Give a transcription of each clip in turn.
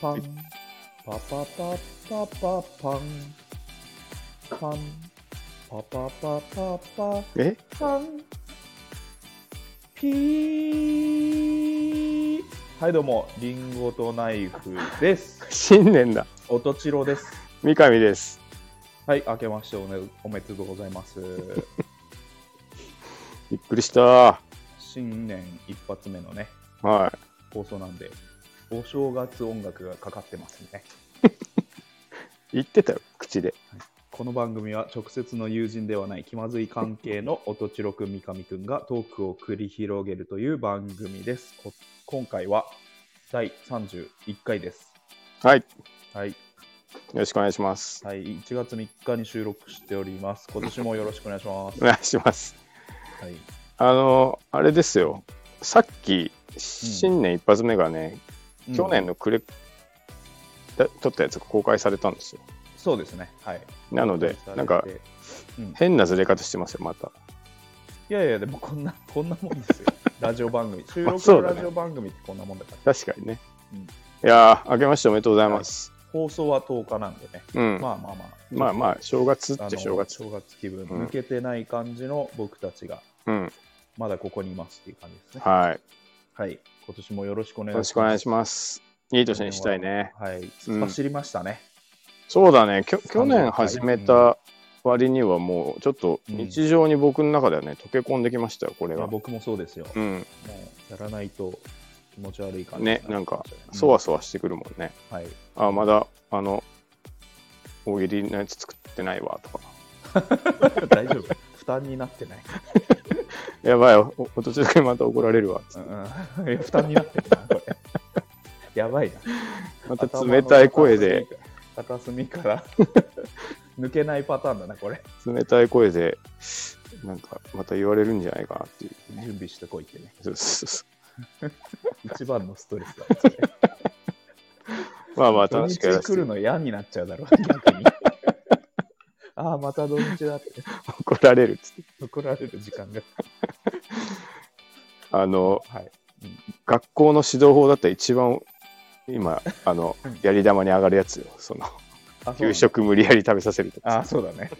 パンパパパパパパンパンパパパパパえパンピーはいどうもリンゴとナイフです新年だ。おとちろです三上です。はい明けましてお,、ね、おめでとうございますびっくりした。新年一発目のねは放送なんでお正月音楽がかかってますねい。言ってたよ、口で。この番組は直接の友人ではない気まずい関係の音千代くん三上くんがトークを繰り広げるという番組です。こ今回は第31回です。はい。よはい、ろしくお願いします。はい、1月3日に収録しております。今年もよろしくお願いします。お願いします。はい、あの、あれですよ。さっき、新年一発目がね、去年の、の暮れ、だ撮ったやつが公開されたんですよ。そうですね。はい。なので、なんか、うん、い変なずれ方してますよ、また。やいや、でもこんな、 こんなもんですよ。ラジオ番 組。収録そのうだラねジオ番組ってこんなもんだから。確かにね。うんいやー、明けましておめでとうございます。放送は10日なんでね。うん。まあまあまあまあ。まあ、正月っあちゃの正月。正月気分、うん抜けてない感じの僕たちが、うん。まだここにいますっていう感じですね。はい。はい。今年もよろしくお願いしまよろす。しくお願いします。いい年にしたいね。はい。突うんっ走りましたね。そうだねきょ去30年始めた割にはもうちょっと日常に僕の中ではね溶け込んできましたよこれいやは僕もそうですよ。うんもうやらないと気持ち悪い感じねなんかそわそわしてくるもんねうん。はい。 あまだあの大喜利のやつ作ってないわとか大丈夫。負担になってない。やばいおお途中でまた怒られるわつうってん うん。いや負担になってるな、これ。やばいな。また冷たい声で頭の片隅から。片 隅から抜けないパターンだな、これ。冷たい声でなんかまた言われるんじゃないかなっていうね準備してこいってね。そうそうそ一番のストレスだねそれ。うまあまあ土楽し日くやらせ来てるの嫌になっちゃうだろう、逆に。 ああ、また土日だって。怒られるっつって怒られる時間が。あのはい。学校の指導法だったら一番今あのうんやり玉に上がるやつよそのあそう給食無理やり食べさせるとあかあ、そうだね。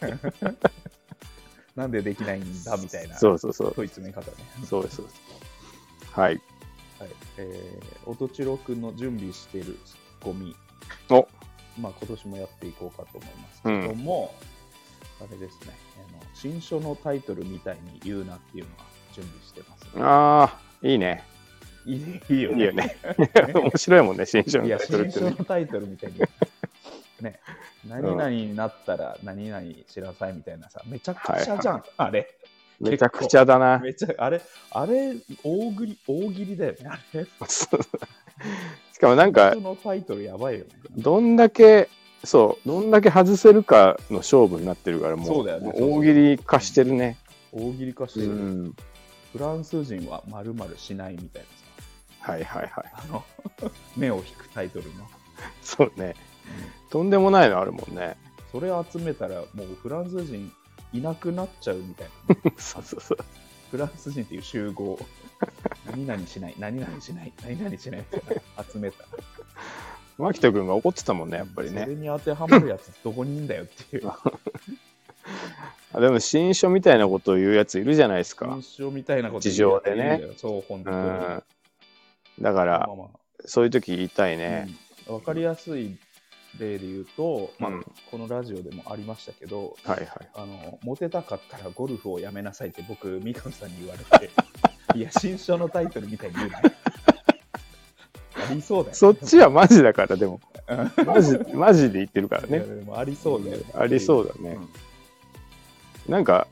なんでできないんだみたいな。そうそうそう問い詰め方ね。そうですそうですははいい。えー、音千代くんの準備しているツッコミ。おまあ、今年もやっていこうかと思いますけども、あれですねあの、新書のタイトルみたいに言うなっていうのは準備してます、ああいいねいいいいよいいね。 よね 面白いもんね新書のいタや、イト新ルって書ねのタイトルみたいに。ね、何々になったら何々しなさいみたいなさ、めちゃくちゃじゃん、あれ。めちゃくちゃだなめちゃ、あれ、あれ、大喜利、大喜利だよね、あれ。そう しかもなんか新書のタイトルやばいよね。どんだけそうどんだけ外せるかの勝負になってるからもうそうだよねもう大喜利化してるね大喜利化してうる、んフランス人はまるまるしないみたいはいはいはいなさ、あの、 目を引くタイトルの。そうねとんでもないのあるもんねそれ集めたら、もうフランス人いなくなっちゃうみたいな。そうそうそうフランス人っていう集合。何々しない、何々しない、何々しないみたいな集めた。牧人君が怒ってたもんねやっぱりねそれに当てはまるやつどこにいんだよっていうあでも新書みたいなことを言うやついるじゃないですか。 印象みたいなこと事情でね言うんだよそう本う当に、ん、だからまあまそういう時言いたいあね。うんわかりやすい例で言うと、まあうんこのラジオでもありましたけどはいはい。あのモテたかったらゴルフをやめなさいって僕三上さんに言わ れていや新書のタイトルみたいに言うなありそうだよねそっちはマジだからでもうマジマジで言ってるからいやね。でもありそうだよねありそううだね。んなんか、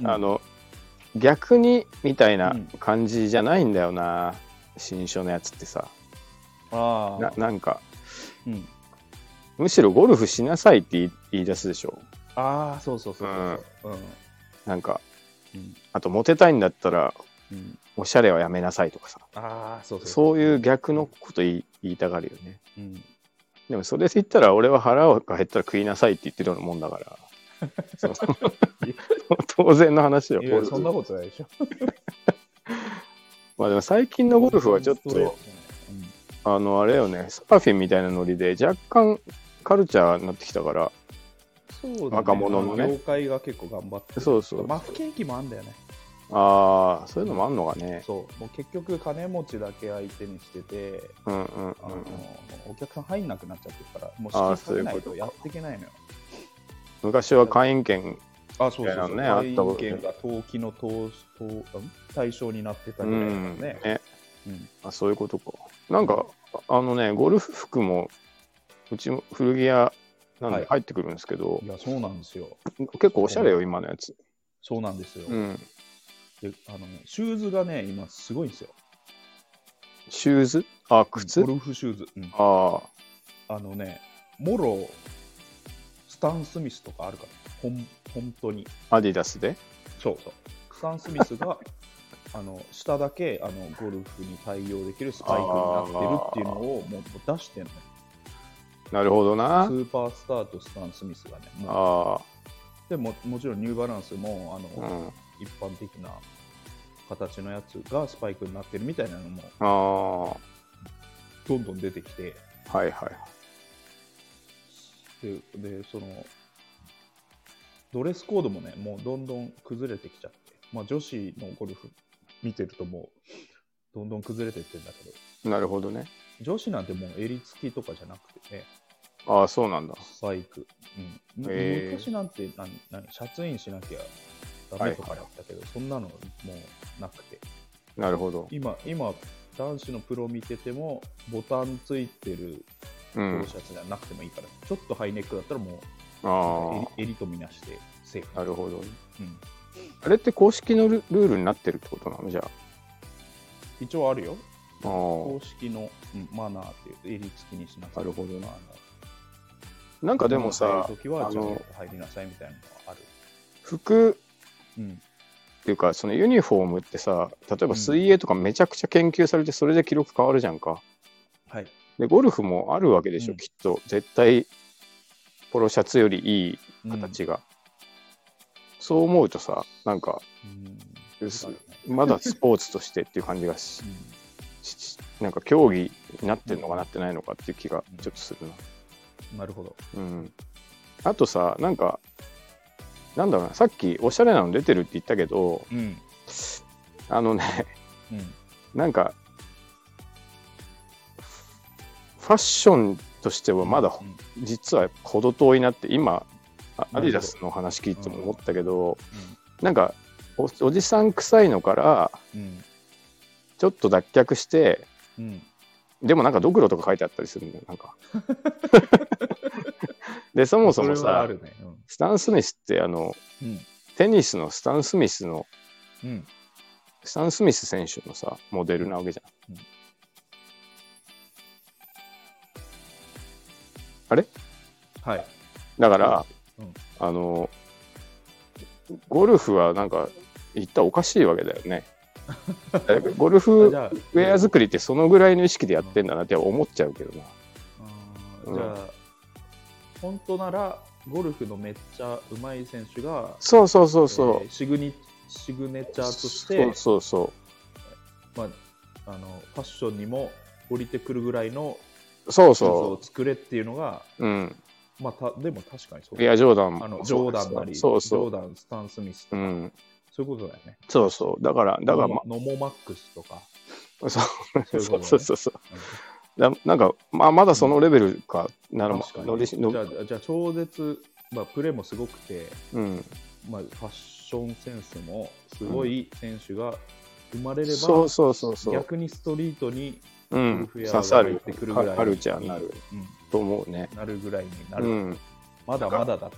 うんあの逆にみたいなうん感じじゃないんだよな、新書のやつってさ。あなあ、なんかうん、むしろゴルフしなさいって言い言い出すでしょ。ああそうそうそうそううんなんかうんあとモテたいんだったらうんおしゃれはやめなさいとかさ。ああ、そうそうそういう逆のこと言い言いたがるよね。うんでもそれで言ったら俺は腹が減ったら食いなさいって言ってるようなもんだから そう当然の話よいやゴルフそんなことないでしょ。まあでも最近のゴルフはちょっストレートとねあの、あれよね、サーフィンみたいなノリで、若干カルチャーになってきたから、そうだね若者のね業界が結構頑張ってるそうそう。マフケンキもあんだよねああ、そういうのもあんのかね。そうもう結局金持ちだけ相手にしててうんうんうんあの、お客さん入んなくなっちゃってるからもうあー仕掛けないそうということやかっていけないのよ昔は会員権、あそうそうそみたういなのね会あった員ことね権が投機の投資投ん対象になってたうぐらいだからん、ね、ねうんあ、そういうことか。なんか、あのね、ゴルフ服も、うちも古着屋なんはいで入ってくるんですけど、いやそうなんですよ結構おしゃれよ、今のやつ。そうなんですよ、うん。であのねシューズがね今すごいんですよシューズあ、靴ゴルフシューズ、うんああ、あのねもろスタン・スミスとかあるからほん本当にアディダスでそうそうスタン・スミスが あの下だけあのゴルフに対応できるスパイクになってるっていうのをもう出してんのよなるほどなス。ーパースターとスタン・スミスがねもうあでももちろんニューバランスもああ、うの、ん。一般的な形のやつがスパイクになってるみたいなのもああ、はどんどん出てきていはい。ででそのドレスコードもねもうどんどん崩れてきちゃって、まあ、女子のゴルフ見てるともうどんどん崩れてってんだけどなるほどね。女子なんてもう襟付きとかじゃなくてねああ、そうなんだ。スパイク、うん、むへー昔なんて何何シャツインしなきゃダメとかだったけど、そんなのもうなくてなるほど。今今男子のプロ見ててもボタンついてるうポロんシ。ャツじゃなくてもいいから、ちょっとハイネックだったらもうあえりとみなしてセーフあ、なるほど。うんあれって公式のルルールになってるってことなのじゃあ。一応あるよああ公式の、うんマナーっていう襟付きにしなさいなるほどなななんかでもさ、時はあジャケッのト入りなさいみたいなのがある服うんっていうか、そのユニフォームってさ、例えば水泳とかめちゃくちゃ研究されて、それで記録変わるじゃんか。はいで、ゴルフもあるわけでしょ、うんきっと。絶対、ポロシャツよりいい形が。そう思うとさ、なんか、うん、うんすわかるねまだスポーツとしてっていう感じがしう、んししなんか競技になってるのかなってないのかっていう気がちょっとするな。なるほどうん、あとさなんかなんだろうなさっきおしゃれなの出てるって言ったけどうんあのねうんなんかファッションとしてはまだうんうん実は程遠いなって今あなるほどアディダスの話聞いても思ったけど、なんかおおじさん臭いのからうんちょっと脱却してうんでもなんかドクロとか書いてあったりするんだよなんか。 でそもそもれはあさるねうんスタン・スミスってあのうんテニスのスタン・スミスのうんスタン・スミス選手のさモデルなわけじゃん、うんはいだから、うんあのゴルフはなんか言ったらおかしいわけだよ ねだからゴルフじゃあウェア作りってそのぐらいの意識でやってんだなって思っちゃうけどなあーじゃあ本当ならゴルフのめっちゃうまい選手がそうそうそうそえうーシグニシグネチャーとしてそうそうそまあ、あのファッションにも降りてくるぐらいのうそう靴をそ作れっていうのが、ううんまあ、たでも確かにそういやジョーダンあのもジョーダンなりそうそジョーダンスタン・スミスとううか、んそういうことだよねそうそうだからだからまノモノモマックスとかあそうそういうことねそうそうそうそうだなんか、まあ、まだそのレベルか、なる確ほかど。にのりしのじゃあじゃあ超絶、まあ、プレーもすごくて、うん、まあ、ファッションセンスもすごい選手が生まれれば、そうそうそうそう、逆にストリートにうゴルん、フ刺屋がさ入っるてくるぐらいカルチャーになる、うと思うね。んなるぐらいになうる、ん、まだまだだと。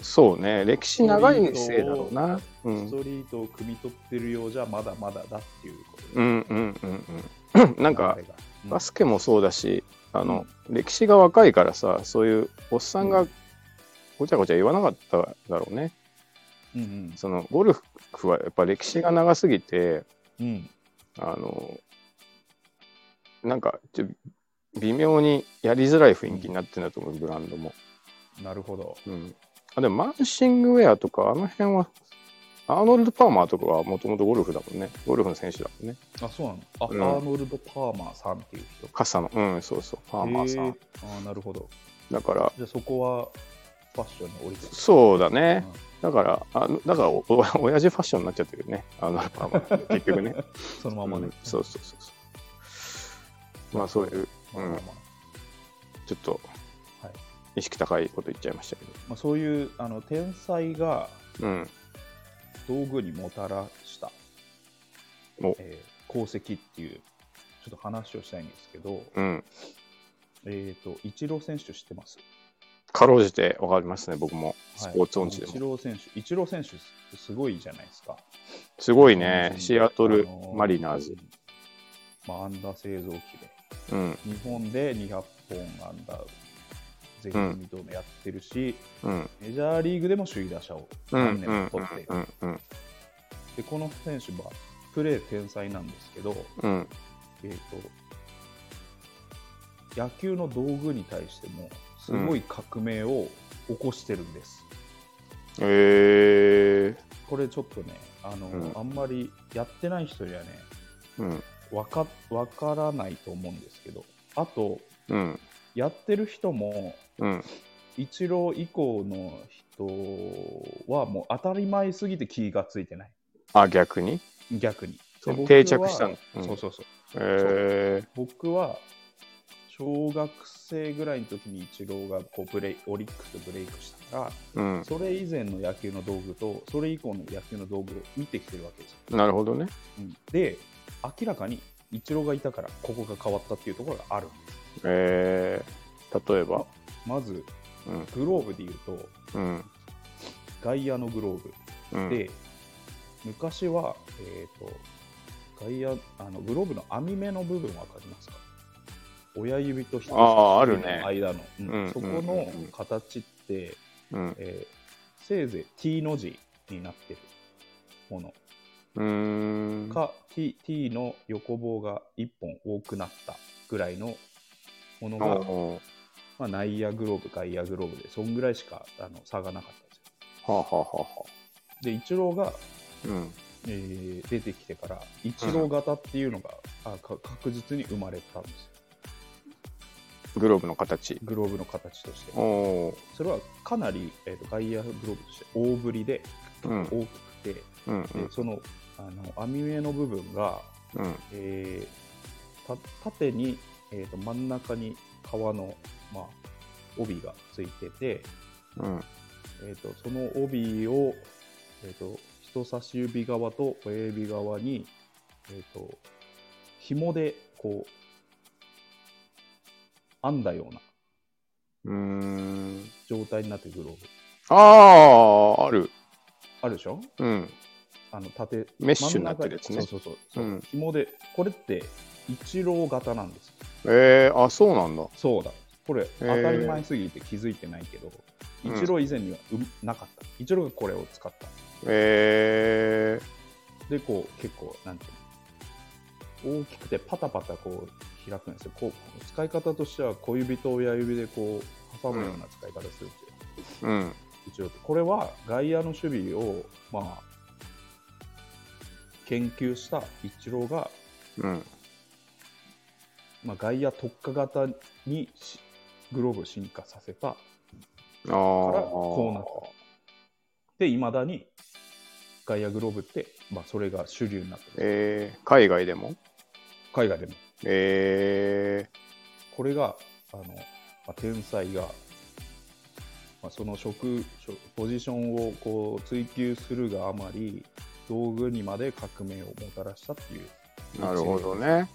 そうね、歴史長いせいだろうな。うスん、トリートを汲み取ってるようじゃまだまだだっていうことですうねん、うん、うん、うん。なんか、、バスケもそうだし、あの、歴史が若いからさ、そういうおっさんうがんごちゃごちゃ言わなかっただろうね。うんうんそのゴルフはやっぱ歴史が長すぎて、うんあの、なんか、ちょ微妙にやりづらい雰囲気になってんだと思う、ブランドも。なるほどうん。あ、でも、マンシングウェアとか、あの辺は、あアーノルド・パーマーとかはもともとゴルフだもんね。ゴルフの選手だもんね。あ、そうなのあ、うんアーノルド・パーマーさんっていう人。カッサの。うん、そうそう。パーマーさん。へーあーなるほど。だから、じゃあそこはファッションに降りてる。そうだね。だから、あのだからお、お親父ファッションになっちゃってるよね。アーノルド・パーマー。結 局ね。そのままね。うんそうそうそうそう。まあ、そういう、まあまあまあちょっとはい、意識高いこと言っちゃいましたけど。まあ、そういうあの天才がうん。道具にもたらした、おえー功績っていうちょっと話をしたいんですけど、うん。えー、とイチロー選手知ってますかろうじてわかりますね、僕も。スポーツ音痴でイチも。ロー選手、イチロー選手すすごいじゃないですか。すごごいね。シアトル・マリナーズ。。まあ、アンダー製造機で、うん。日本で200本アンダー、全うん員認めやってるし、うん。メジャーリーグでも首位打者をうん。う何ん。年うもん取っている。うん。うん。で、この選手はプレー天才なんですけど、うん。えー、と野球の道具に対しても、すごい革命を起こしてるんです。えこれちょっとね、あの、うんあんまりやってない人にはね、ー。うん。わかわからないと思うんですけどあとうん。やってる人もうん。イチロー以降の人はもう当たり前すぎて気がついてないあ、逆に逆にそうで僕は定着したのうんそうそうそうえ僕は小学生ぐらいの時にイチローがこうブレイオリックスでブレイクしたかー。うんら。それ以前の野球の道具とそれ以降の野球の道具を見てきてるわけですよ、なるほどね。うんで明らかにイチローがいたからここが変わったっていうところがあるんですえー。例えば。まずうん。グローブでいうとうん。外野のグローブうん。で、昔は、えー、と外野あのグローブの網目の部分わかりますか親指と人あー差しある指ねの間の、うんうんそこうんのうん形って、うん。えーせいぜい T の字になってるものうーん。か、T, T の横棒が1本多くなったぐらいのものが、おーまあ、内野グローブ外野グローブでそんぐらいしかあの差がなかったんですよはあはあはあはあ。でイチローがうん。えー出てきてから、イチロー型っていうのが、あか確実に生まれたんですよ、グローブの形。グローブの形として。おー。それはかなり、えー、と外野グローブとして大ぶりで、うん大きくて、うん。でそのあの網目の部分が、うん。えーた縦に、えー、と真ん中に皮の、まあ、帯がついてて、うん。えー、とその帯を、えー、と人差し指側と親指側に、えー、と紐でこう編んだようなうん。うーん。状態になってるグローブあー、ある。あるでしょうん。あの縦メッシュになってるやつね真ん中にそうそうそう、うん紐でこれって一郎型なんですよえー、あ、そうなんだ。そうだこれ当ーたり前すぎて気づいてないけど、うん一郎以前にはうなかった一郎がこれを使ったえでこう結構なんていうの大きくてパタパタこう開くんですよこう使い方としては小指と親指でこう挟むような使い方するんですよ、ー。うん。一応これは外野の守備をまあ研究した一郎が、うん。まあ、外野特化型にしグローブを進化させたああ。ここうなったでいまだに外野グローブって、まあ、それが主流になってるえー、海外でも海外でもえこれがあの、まあ、天才が、まあ、その職職ポジションをこう追求するがあまり道具にまで革命をもたらしたっていうー、なるほどね。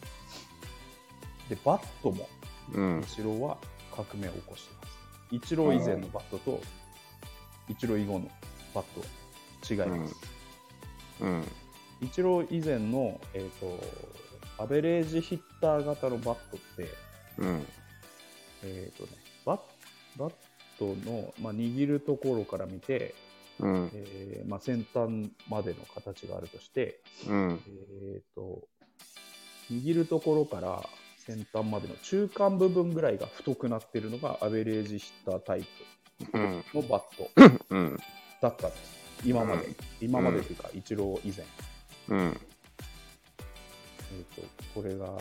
でバットもうんイ。チローは革命を起こしてますイチロー以前のバットとイチロー以後のバットは違います、うん。イチロー以前の、えー、とアベレージヒッター型のバットってうん。えーとね、バッバットの、まあ、握るところから見て、うん。えーまあ、先端までの形があるとして、うん。えー、と握るところから先端までの中間部分ぐらいが太くなってるのがアベレージヒッタータイうん。プのバットうん。だったんです。今まで、うん今までというか、一郎以前、うん。えー、とこれが、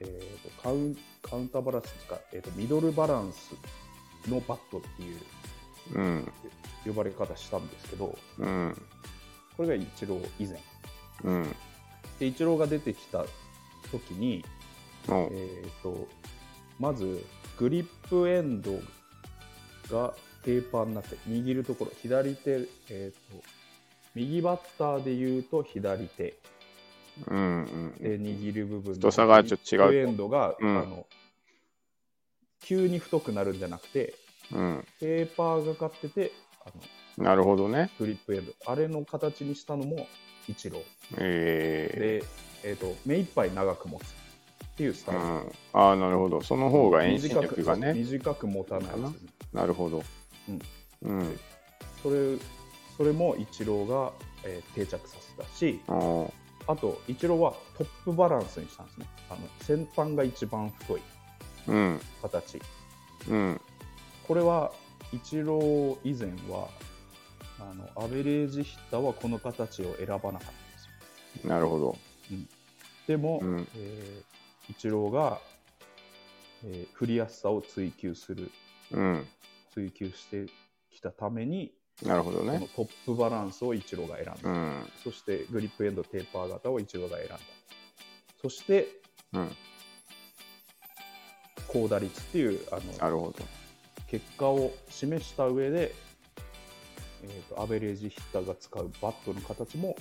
えー、とカウンカウンターバランスとか、えー、とミドルバランスのバットっていううん。呼ばれ方したんですけどうん。これがイチロー以前うん。でイチローが出てきた時に、おうえー、とまずグリップエンドがテーパーになって握るところ左手、えー、と右バッターで言うと左手うん。うでん。握る部分の太さがちょっと違うグリップエンドが、うんあの急に太くなるんじゃなくてうん。ペーパーがかっててあのなるほどね。グリップエンドあれの形にしたのもイチローえで、えー、と目いっぱい長く持つっていうスえタイル、うん。ああ、なるほど。その方が遠心短く力がね。短く持たないやつなるほど。うん。それそれもイチローが、えー定着させたしうん。あとイチローはトップバランスにしたんですねあの先端が一番太いうん。形うん。これはイチロー以前はあのアベレージヒッターはこの形を選ばなかったんですよなるほど。でも、うんえーイチローが、えー振りやすさを追求するうん。追求してきたためになるほどこのね。トップバランスをイチローが選んだ、うん。そしてグリップエンドテーパー型をイチローが選んだそしてうん。高打率っていうあなのるほど。結果を示した上で、えーとアベレージヒッターが使うバットの形も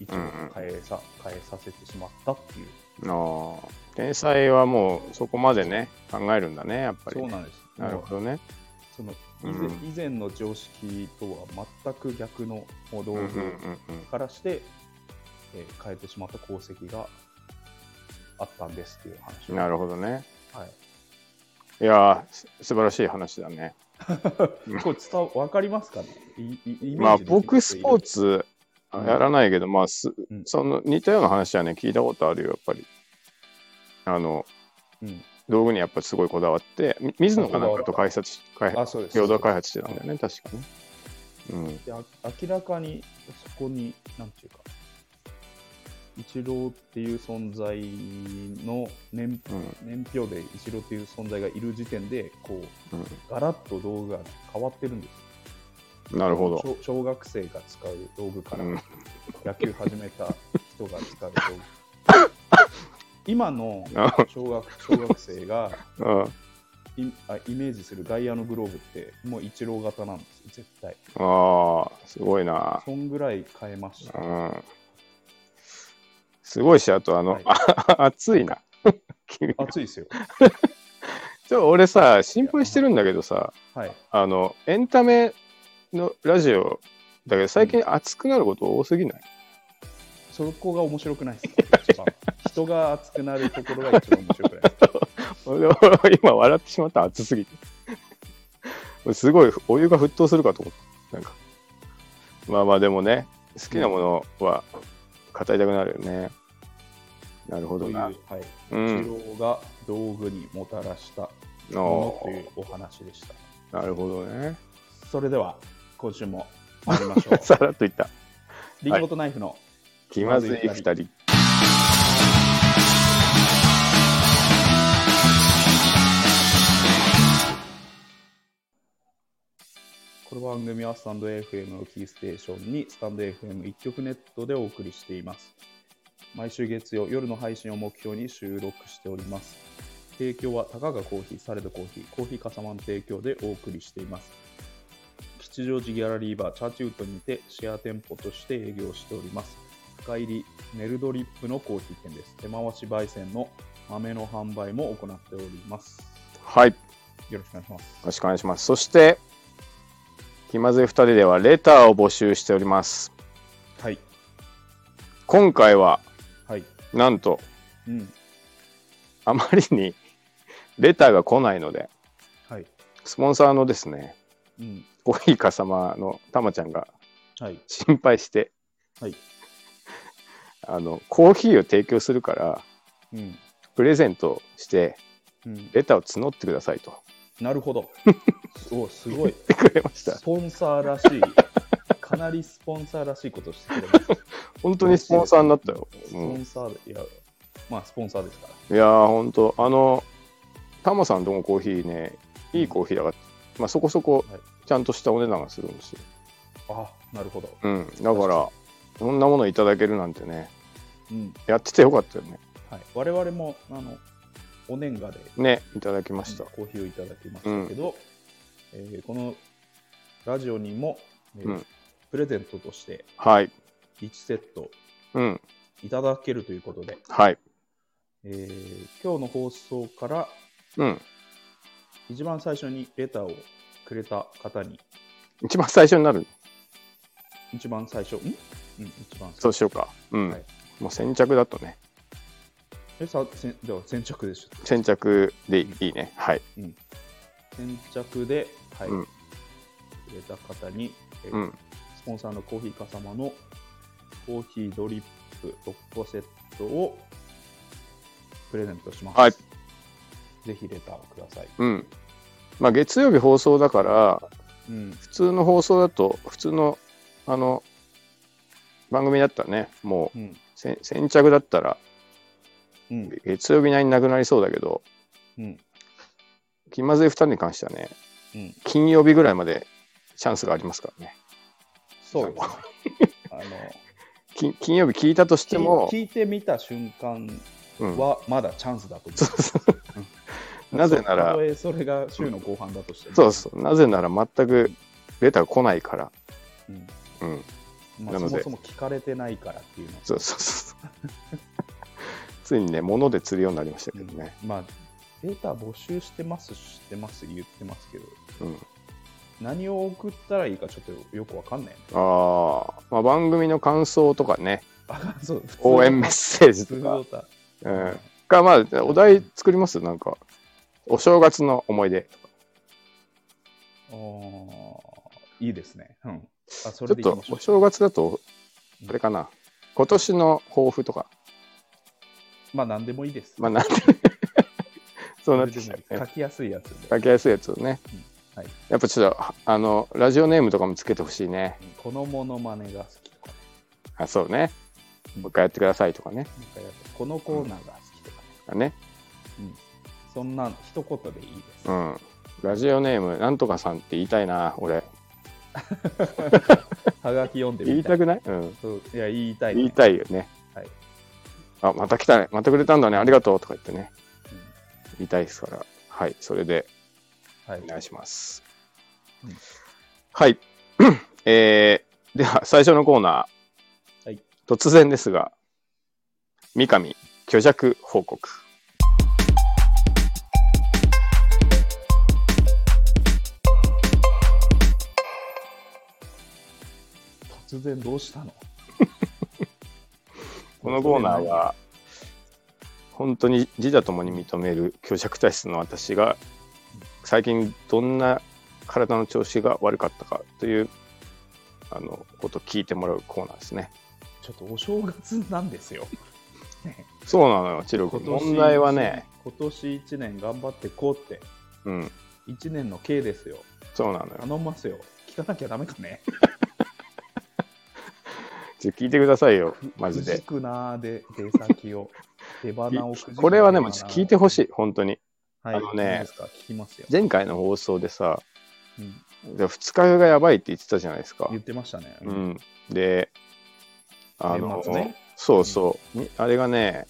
イチローが変えさ,、変えさせてしまったっていうああ、天才はもうそこまでね、考えるんだね、やっぱりそうね。なんですなるほどね。その以う前,、ん以前の常識とは全く逆の道うんうん具うんからして、えー変えてしまった功績があったんですっていう話うん。をなるほどね。はい、いやー、す素晴らしい話だね。これ伝わ分かりますかねいいイメまあ、ージできる人いる僕、スポーツあうんやらないけど、まあ、すうんその似たような話はね、聞いたことあるよ、やっぱり。あの、うん道具にやっぱりすごいこだわって、み水野かなんかと開発し、開発あそうです共同開発してたんだよね、確かね。うん。であ明らかにそこに何ていうかイチローっていう存在の年うん年表でイチローっていう存在がいる時点でこううんガラッと道具が変わってるんですよなるほど。小小学生が使う道具からうん野球始めた人が使う道 具今の小学小学生がうん。イあイメージする外野のグローブってもうイチロー型なんですよ絶対ああ、すごいな。そんぐらい変えましたうんすごいし、あとあの、はい あ暑いな。君ちょっ熱いですよと俺さ、心配してるんだけどさ、はいあの、エンタメのラジオだけど、最近暑くなること多すぎない、 そこが面白くないです一番人が熱くなるところが一番面白くないです俺俺今笑ってしまった、暑すぎて。俺すごい、お湯が沸騰するかと思った。なんか。まあまあ、でもね、好きなものは語りたくなるよね。なるほといどう、なは。い、イうチロん。ーが道具にもたらしたあものといーうお話でしたなるほどね。それでは今週も参りま しょうさらっと言った。リンゴとナイフの気まずい二人。この番組はスタンド FM をキーステーションにスタンド FM 一曲ネットでお送りしています。毎週月曜夜の配信を目標に収録しております。提供はたかがコーヒー、サレドコーヒー、コーヒーかさまの提供でお送りしています。吉祥寺ギャラリーバーチャーチウッドにてシェア店舗として営業しております。深入りネルドリップのコーヒー店です。手回し焙煎の豆の販売も行っております。はい。よよろしくお願いします。ろしくお願いします。そして、気まずい二人ではレターを募集しております。はい。今回は、はい。なんと、うん。あまりにレターが来ないので、はい。スポンサーのですね、うん。コーヒーかさまのたまちゃんがはい。心配して、はい。あの、コーヒーを提供するから、うん。プレゼントして、うん、レターを募ってくださいと なるほど。おすごい。言ってくれました。 スポンサーらしいかなりスポンサーらしいことしてくれました。本当にスポンサーになったよ。スうポん、ンサーで、いや、まあ、スポンサーですから。いやー、本当あの、タモさんともコーヒーね、いいコーヒーだから、まあ、そこそこはい、ちゃんとしたお値段がするんですよ。あ、なるほど。うん、だから、そんなものいただけるなんてね、うん。やっててよかったよね。はい。我々も、あの、お年賀でね、いただきました。コーヒーをいただきましたけど、えーこのラジオにも、えーうんプレゼントとしてはい。 1セットうん、いただけるということで、はい。えー今日の放送からうん。一番最初にレターをくれた方に一番最初になる。一番最初ん、うん、一番そ最うしようか。うん。はいもう先着だとね。えさ先では先着でしょ先着でいいね。はい。先着で、はいうんくれた方に、えーうん。スポンサーのコーヒーかさまのコーヒードリップ6個セットをプレゼントします。はいぜひレターをください。うん。まあ、月曜日放送だから、うん、普通の放送だと、普通の、あの、番組だったらね、もううん、先先着だったら、うん、月曜日内になくなりそうだけど、うん、気まずい2人に関してはね、うん。金曜日ぐらいまでチャンスがありますからね。そう ですね。あ金金曜日聞いたとしてのも聞、い聞いてみた瞬間うんはまだチャンスだと思そうそうう。なぜならたとえそれが週の後半だとしても。そうそう、なぜなら全くレター来ないから、うんうん、まなあ、のそもでそも聞かれてないからっていうのはそうそうそうそう。ついにね、物で釣るようになりましたけどね。うんまあ、データ募集してます、知ってます、言ってますけど、うん、何を送ったらいいかちょっとよくわかんない。ああ、まあ、番組の感想とかね、あそう普通の応援メッセージ普通とかの、歌うん、か、まあ、お題作りますなんか、お正月の思い出とか。あーいいですね。うん。あ、そちょれっでいきとましょおう。正月だと、あれかな、今年の抱負とか、まあ、何でもいいです。まあ、なんて、 そうなって何でもいいきたよですね。書きやすいやつで。書きやすいやつをね、うんはいやっぱちょっと、あの、ラジオネームとかもつけてほしいね。うんこのモノマネが好きとかね、あ、そうね。うんもう一回やってくださいとかね。なんかやっぱこのコーナーが好きとかね、ね。うん。そんな一言でいいです。うん。ラジオネーム、なんとかさんって言いたいな、俺。はがき読んで言みいたたい。くないうん。そういや、言いたい、ね。言いたいよね。はいあ、また来たね。またくれたんだね。ありがとう。とか言ってね。言いたいですから。はい。それでうんはいお。願いします。うんはい。 えー、では、最初のコーナー。はい突然ですが、三上、虚弱報告。突然どうしたの このコーナーは、本当に自他ともに認める虚弱体質の私が、最近どんな体の調子が悪かったかという、あの、ことを聞いてもらうコーナーですね。ちょっとお正月なんですよ。ねそうなのよ、チロ君。問題はね、今年1年頑張ってこうってうん、 1年の刑ですよそうなのよ。頼ますよ聞かなきゃダメかねちょ聞いてくださいよ、マジくでじ。くなーで出先 を手花をくじくなーこれはね、もう聞いてほしい、本当に。はいあのねいいですか聞きますよ、前回の放送でさ、うん二日酔いがやばいって言ってたじゃないですか言。ってましたね、うん、で、あの年、末ねそうそう、にあれがね、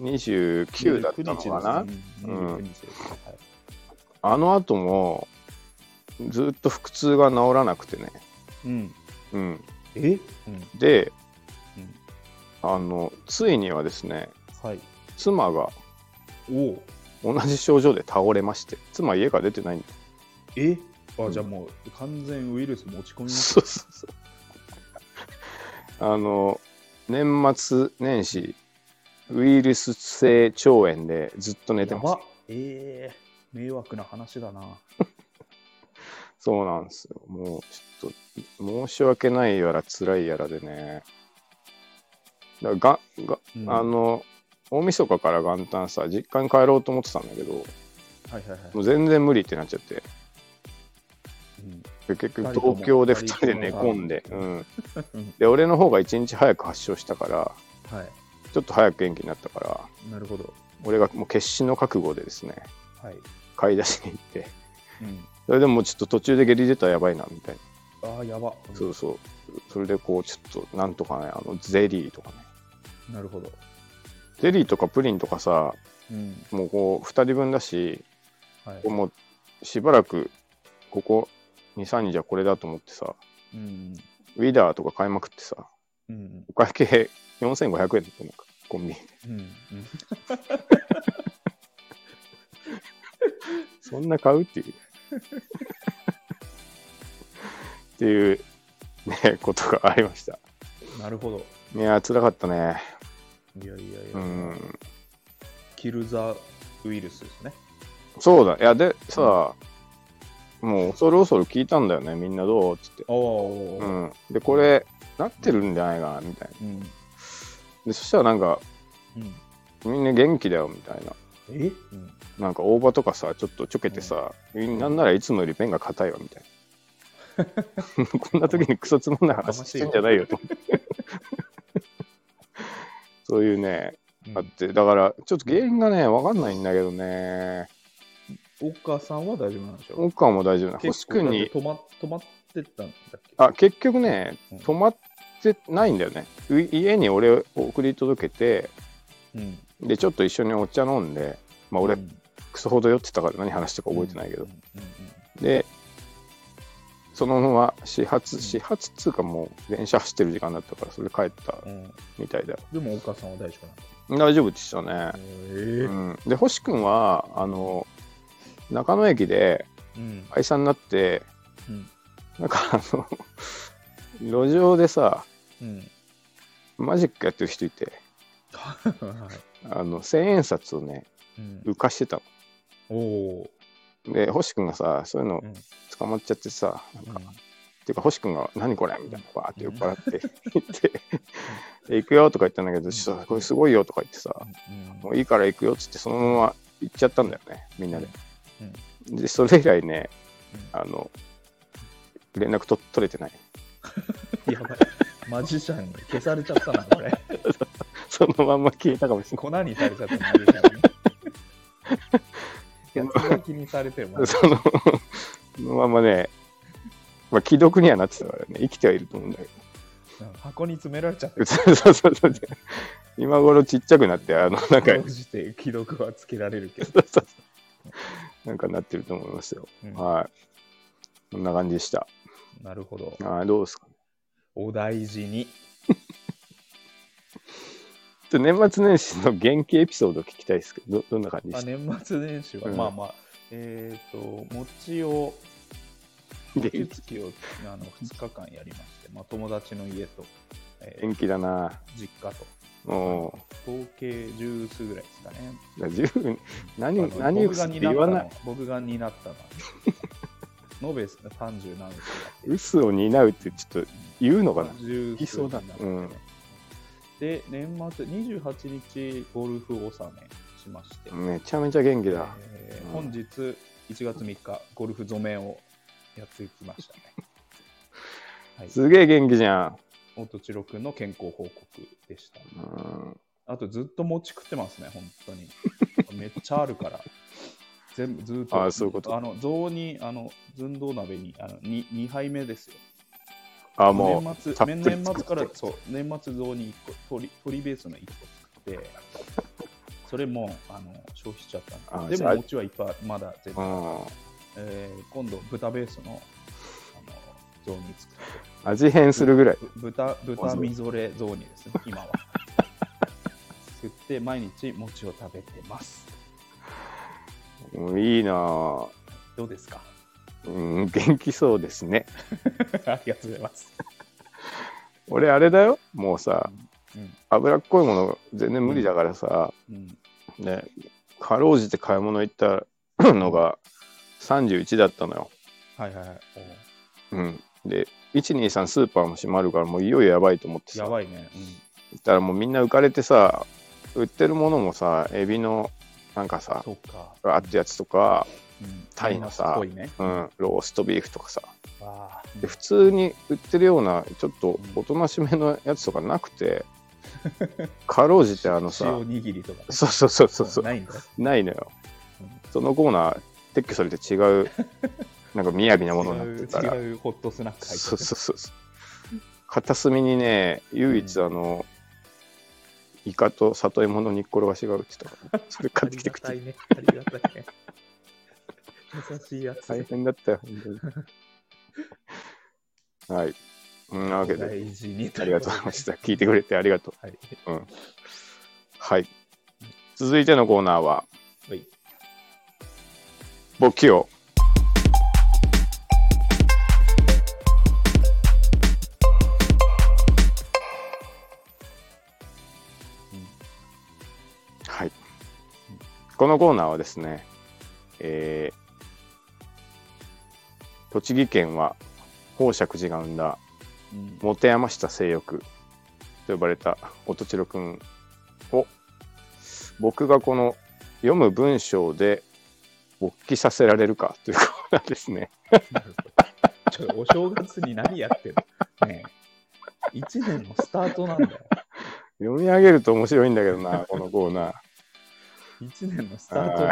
29だったのか29な、日ですねうん29日ですはいあの後も、ずっと腹痛が治らなくてね、うんうん、え、うんでうんあの、ついにはですね、はい妻がおお同じ症状で倒れまして、妻、家から出てないんだえうあんじゃあもう完全ウイルス持ち込みましそうそうそう。あの、年末年始、ウイルス性腸炎でずっとた寝てやますば。えー、迷惑な話だなそうなんですよ。もう、ちょっと、申し訳ないやら、辛いやらでね。だからがが、うんあの、大晦日から元旦さ、実家に帰ろうと思ってたんだけど、はいはいはいもう全然無理ってなっちゃって、うん結局東京で2人で寝込んで、うん、で俺の方が1日早く発症したからはちょっと早く元気になったからい。なるほど。俺がもう決死の覚悟でですねはい。買い出しに行ってうん、それでももうちょっと途中で下痢出たらやばいなみたいなああ、やば。そうそうそれでこうちょっとなんとかねあのゼリーとかねなるほど。ゼリーとかプリンとかさうん。もうこう2人分だしはい。もうしばらくここ23日はこれだと思ってさうん。ウィダーとか買いまくってさうん。お会計4500円だったのかコンビニでうん。うん。そんな買うっていうっていうねことがありましたなるほど。いやー辛かったねいやいやいや。うんキルザウイルスですね。そうだいやでさ、もう恐る恐る聞いたんだよねみんなどうっつって、あうあ。ん、でこれなってるんじゃないかなみたいなうん。でそしたらなんかうん。みんな元気だよみたいなえうん。なんか大葉とかさちょっとちょけてさ、みん、なんならいつもよりペンが硬いわみたいな こんな時にクソつまんない話してんじゃないよ と思ってそういうねあってだからちょっと原因がね分かんないんだけどね岡さんは大丈夫なんでしょう奥川も大丈夫な星結構君にだって止ま止まってたんだっけあ結局ねうん泊まってないんだよねう家に俺を送り届けてうん。でちょっと一緒にお茶飲んでまあ俺、うんクソほど酔ってたから何話したか覚えてないけど、うんうでそのまま始発うん始発っつうかもう電車走ってる時間だったからそれで帰ったんうんうんみたいだよでも岡さんは大丈夫なんだ。大丈夫でしたね、えうん、で星君はあの中野駅でうん。解散になってうん。なんかあの路上でさうん。マジックやってる人いてはい。あの千円札をねうん浮かしてたおおので星君がさそういうのうん捕まっちゃってさなんー。か、うんっていうか星君が「何これ?」みたいなバーって酔っ払って行って「で行くよ」とか言ったんだけど「ちょっとこれすごいよ」とか言ってさ「もういいから行くよ」っつってそのまま行っちゃったんだよねみんなで。でそれ以来ねあの連絡と取れてないうんやばい。マジシャンに消されちゃったな、これ。そのまんま消えたかもしれ粉にされちゃったマジシャンに。やつが気にされてるもないそのそのままね、まあ、既読にはなってたからね生きてはいると思うんだけ箱に詰められちゃってどそうそうそうそう 今頃ちっちゃくなってあのなんかかじて既読はつけられるけど。なんかなってると思いますようんはいこんな感じでしたなるほど。はいどうですかお大事に。ちょっと年末年始の元気エピソード聞きたいですけど、どどんな感じでまあ、した年末年始は、うんまあまあ、えっ、と、餅を、元餅気つきをあの2日間やりまして、まあ、友達の家と、えー元気だな。実家と、お合計10数ぐらいですかね。ー十分あの何、何を僕すがって担っ言たわないの。、僕が担ったのは。延べ30何数だっていう嘘を担うってちょっと言うのかな。 10いそうだな数になってねで、年末28日、ゴルフ納めしまして、めちゃめちゃ元気だ。えーうん本日1月3日、ゴルフ座面をやってきま したね。はい、すげえ元気じゃん。元千六の健康報告でした。うんあとずっと餅食ってますね、本当に。 めっちゃあるから。全部ずっと。あーそういうことあの、雑煮、あの、寸胴鍋にあの 2, 2杯目ですよ。あ、も年末たっぷり年作年末ってから、そう、年末雑煮1個、鶏鶏ベースの1個作って、それもあの消費しちゃったあんーです。じでゃあも餅はいっぱいあるまだ全う。う部、んえー今度、豚ベースのあの雑煮作って。味変するぐらい。ぶ豚豚みぞれ雑煮ですね、今 は。作って、毎日餅を食べてます。うんいいなぁどうですかうん、元気そうですね。 ありがとうございます。俺、あれだよ。もうさ、うん脂っこいもの全然無理だからさ、うん、ね、かろうじて買い物行った のが31だったのよ。はいはいはい。うん、で123スーパーも閉まるからもういよいよやばいと思っておさや行っばいね。たらもうみんな浮かれてさ売ってるものもさエビのなんかうん、さそうか。あってやつとかううんタイのさマイナスっぽいね。うん、ローストビーフとかさああで普通に売ってるようなちょっとおとなしめのやつとかなくてかろうじてあのさ 塩握りとかね、そうそうそうそうそうないんだよ。ないのようんそのコーナー撤去されて違 うなんか雅なものになってたら違う違うホットスナック入ってるそうそうそうそう片隅にね唯一あの、イカと里芋の煮っころがしが売ってた からそれ買ってきて食っあてりがたいね。ありがたいね。優しいやつ。大変だったよ本当 にはいそんなわけで大事に。ありがとうございました。聞いてくれてありがとう。はい。はい。続いてのコーナーは、はい。簿記を。はい。このコーナーはですね、えー栃木県は宝石寺が生んだうん持て余した性欲と呼ばれた音千代くんを僕がこの読む文章で勃起させられるかというコーナーですね。ちょお正月に何やってんのねえ。1年のスタートなんだよ。読み上げると面白いんだけ どな、このコーナー。 1年のスタート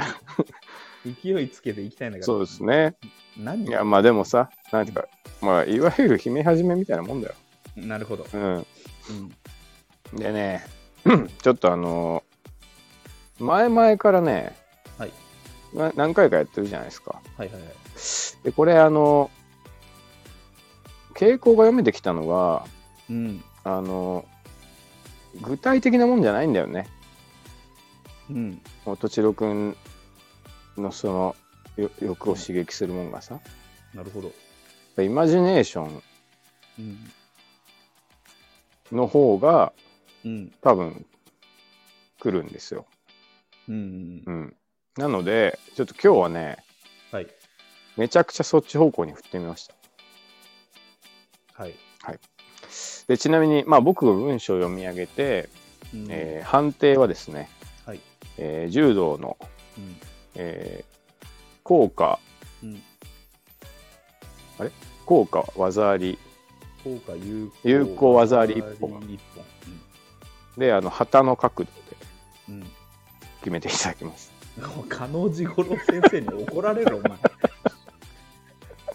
に勢いつけていきたいんだけど、そうですね。何いや、まあでもさ、なんていうか、まあいわゆる姫始めみたいなもんだよ。なるほど。うん。うんでね、 ちょっとあの前々からね、はいな何回かやってるじゃないですか。はいはいはい。でこれあの傾向が読めてきたのがうん。あの具体的なもんじゃないんだよねうん。元千代くんのそのよ欲を刺激するもんがさなるほど。イマジネーションうん。の方がうん。多分来るんですよ、うん。うん、なのでちょっと今日はねはい。めちゃくちゃそっち方向に振ってみましたはい。でちなみに、まあ、僕が文章を読み上げて、うんえー判定はですね、はい。えー柔道のうん。えー効果、うん。効果、技あり。効果有効有効技あり一本技あり一本で、あの、旗の角度でうん。うん決めていただきます。 加納治五郎先生に怒られるお前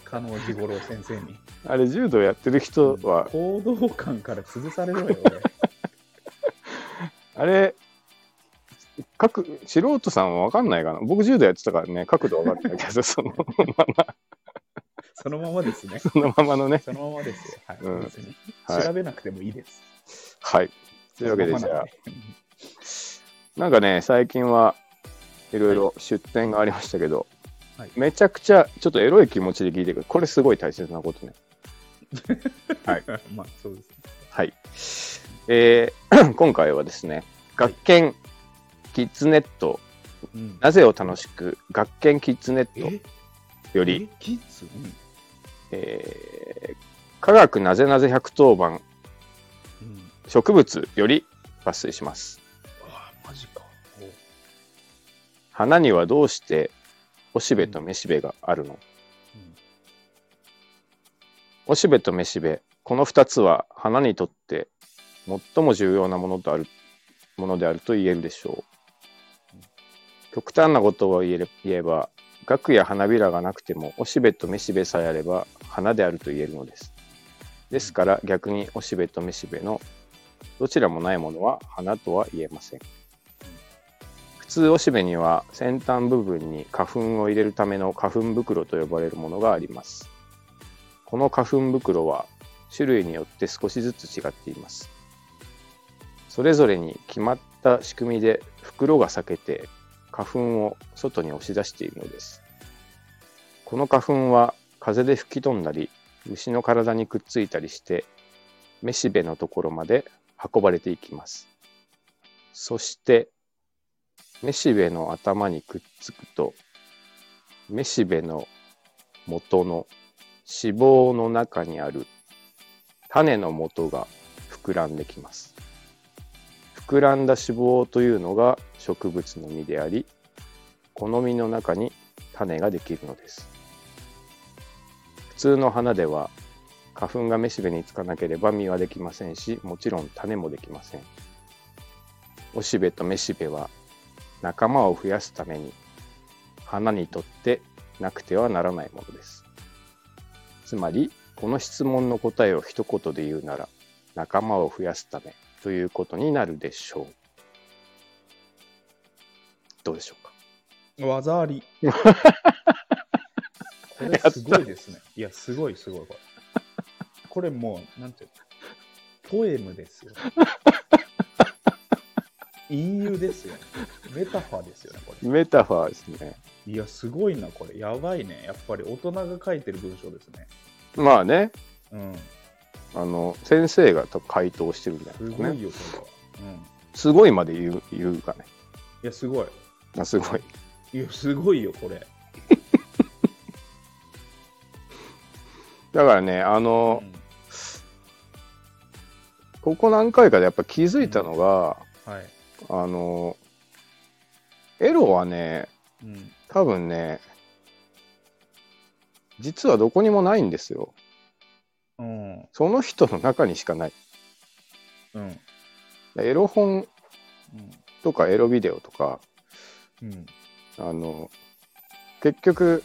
加納治五郎先生にあれ、柔道やってる人は、行動感から潰され ろよあれ、角素人さんは分かんないかな僕柔道やってたからね角度は分かんないけ どその俺そのままですねそのままのねそのままですよ、はいうん別にはい調べなくてもいいですはいというわけでそのままなんなんかね最近はいろいろ出店がありましたけど、はいめちゃくちゃちょっとエロい気持ちで聞いてくるこれすごい大切なことねで まあそうですねはい。えー 今回はですね、学研キッズネット、うんなぜを楽しく、学研キッズネッえトよえり、キッズ、うんえー科学なぜなぜ110番うん、植物より抜粋します。ああマジかお花にはどうしておしべとめしべがあるのうんおしべとめしべ、この2つは花にとって最も重要なものとあるものであると言えるでしょう。極端なことを言えれ言えば、額や花びらがなくてもおしべとめしべさえあれば花であると言えるのです。ですから逆におしべとめしべのどちらもないものは花とは言えません。普通おしべには先端部分に花粉を入れるための花粉袋と呼ばれるものがあります。この花粉袋は種類によって少しずつ違っています。それぞれに決まった仕組みで袋が裂けて花粉を外に押し出しているのです。この花粉は風で吹き飛んだり牛の体にくっついたりしてめしべのところまで運ばれていきます。そしてめしべの頭にくっつくとめしべの元の脂肪の中にある種の元が膨らんできます膨らんだ脂肪というのが植物の実でありこの実の中に種ができるのです普通の花では花粉がめしべにつかなければ実はできませんしもちろん種もできませんおしべとめしべは仲間を増やすために花にとってなくてはならないものですつまりこの質問の答えを一言で言うなら仲間を増やすためということになるでしょうどうでしょうか技あ り。これすごいですね。いや、すごいすごいこれ。これもう、なんていうのポエムですよ。隠喩ですよ、ね。メタファーですよね、これ。メタファーですねいや、すごいな、これ。やばいね。やっぱり大人が書いてる文章ですね。まあねうん。あの先生が多分回答してるんだよすごねいよ、これは。うん。いすごいまで言う言うかねや、すごい。あすごいいや、すごいよ、これ。だからねあうの、ん、ここ何回かでやっぱ気づいたのが、はい。あのエロはねうん。多分ね実はどこにもないんですようん。その人の中にしかないうん。エロ本うんとかエロビデオとかうん。あの結局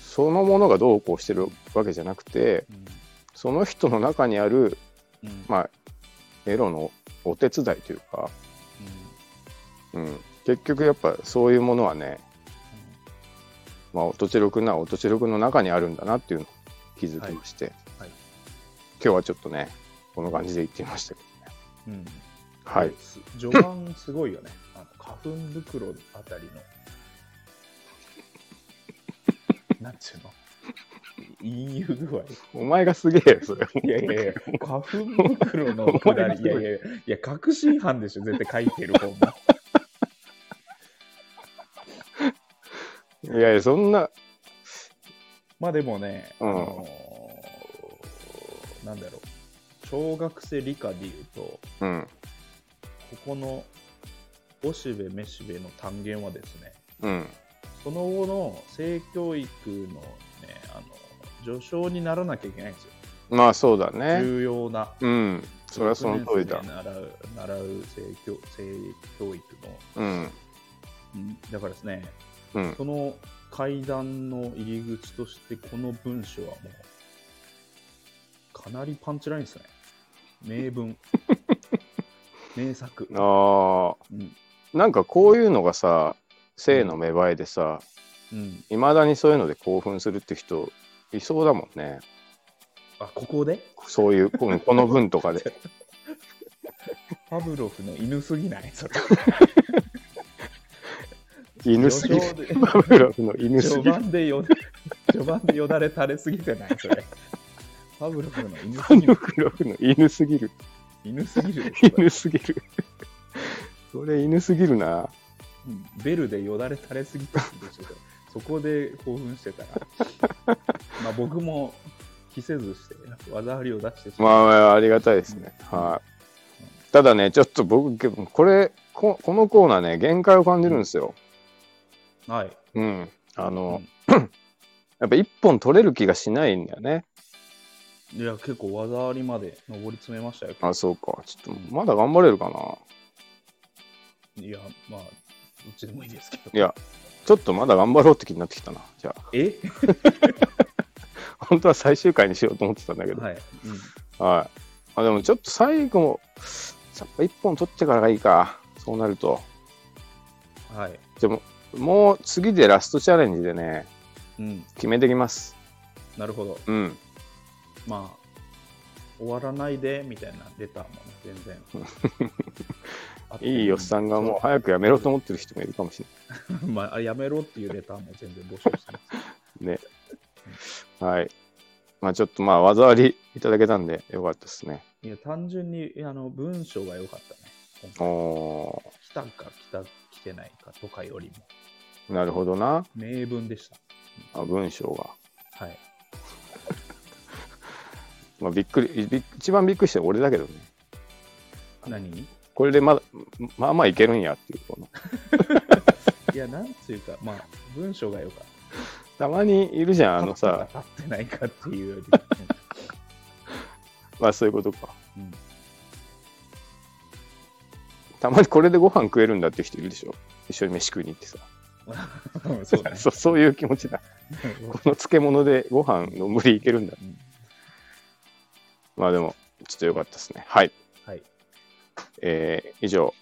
そのものがどうこうしてるわけじゃなくてうん。その人の中にある、うん。まあ、エロのお手伝いというか、うん、結局やっぱそういうものはね、まあ、音千六な音千六の中にあるんだなっていうのを気づきまして、はいはい今日はちょっとねこの感じで言ってみましたけどねうん。うん。はい、す。序盤すごいよね。あの花粉袋あたりの。なんちゅうの陰遊具合。お前がすげえよそれいやいやいや、花粉袋のくだり。いやいやいや、いや、確信犯でしょ、絶対書いてる本も。いやいやそんなまあでもね、うんあのーなんだろう、小学生理科で言うと、うんここの、おしべめしべの単元はですね、うんその後の性教育のね、あの、序章にならなきゃいけないんですよ。まあそうだね重要な。うんそれはその通りだ6年生で習う、習う性教性教育の。うんだからですね、うんその階段の入り口として、この文章はもう、かなりパンチラインですね。名 文。名作。あうん。ーなんかこういうのがさ性の芽生えでさうん。いまだにそういうので興奮するって人いそうだもんねあ、ここでそういうこのこの文とか でパブロフの犬すぎないそれ。犬すぎる序章でパブロフの犬す序ぎる盤でよ、 序盤でよだれ垂れすぎてないそれ。パブロフの犬すぎる。パブロフの犬すぎる犬すぎるでしょこれ犬すぎるそれ犬すぎるなうんベルでよだれ垂れすぎたんでしょうけどそこで興奮してたら、まあ、僕も着せずして技ありを出してしままあう、まあありがたいですねはいただねちょっと僕これここのコーナーね限界を感じるんですよはいうんあの、うんやっぱ一本取れる気がしないんだよねいや結構技ありまで上り詰めましたよあ、そうか。ちょっと、まだ頑張れるかな。いやまあどっちでもいいですけどいや、ちょっとまだ頑張ろうって気になってきたな。じゃえあ、 本当は最終回にしようと思ってたんだけど。は。はいい、うんあでも、ちょっと最後も、やっぱ一本取ってからがいいか。そうなると。はいでも、もう次でラストチャレンジでね、うん、決めてきます。なるほどうん。まあ終わらないでみたいなレターもね全然あっても いいおっさんがもう早くやめろと思ってる人もいるかもしれまあ、やめろっていうレターも全然募集してます。ない。ね。はい。まあ、ちょっとまあ、技ありいただけたんで、よかったですね。いや、単純にあの文章が良かったね。今回お来たか来た、来てないかとかよりも、ー、なるほどな。名文でしあ文章が。た。はい。まあ、びっくりびっ一番びっくりして俺だけどね何 これでまだまあまあいけるんやっていうこのいや、なんつうか、まあ、文章が良かった。たまにいるじゃん、あ のさ、立ってないかっていうより。まあそういうことか。うんたまにこれでご飯食えるんだって人いるでしょ。一緒に飯食いに 行ってさ。うんそうね そうそういう気持ちだ。この漬物でご飯の無理いけるんだ。うんまあでも、ちょっと良かったですね。はい。はい。えー以上、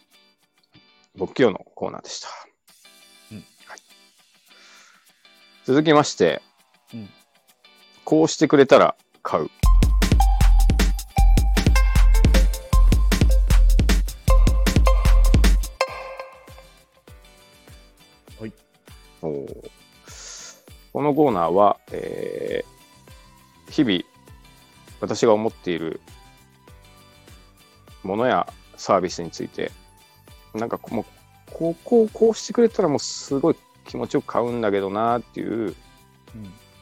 勃起王のコーナーでした。うんはい、続きまして、うんこうしてくれたら買う。はい。おーこのコーナーは、えー日々私が思っているものやサービスについてなんかもうこうこうこうしてくれたらもうすごい気持ちよく買うんだけどなっていう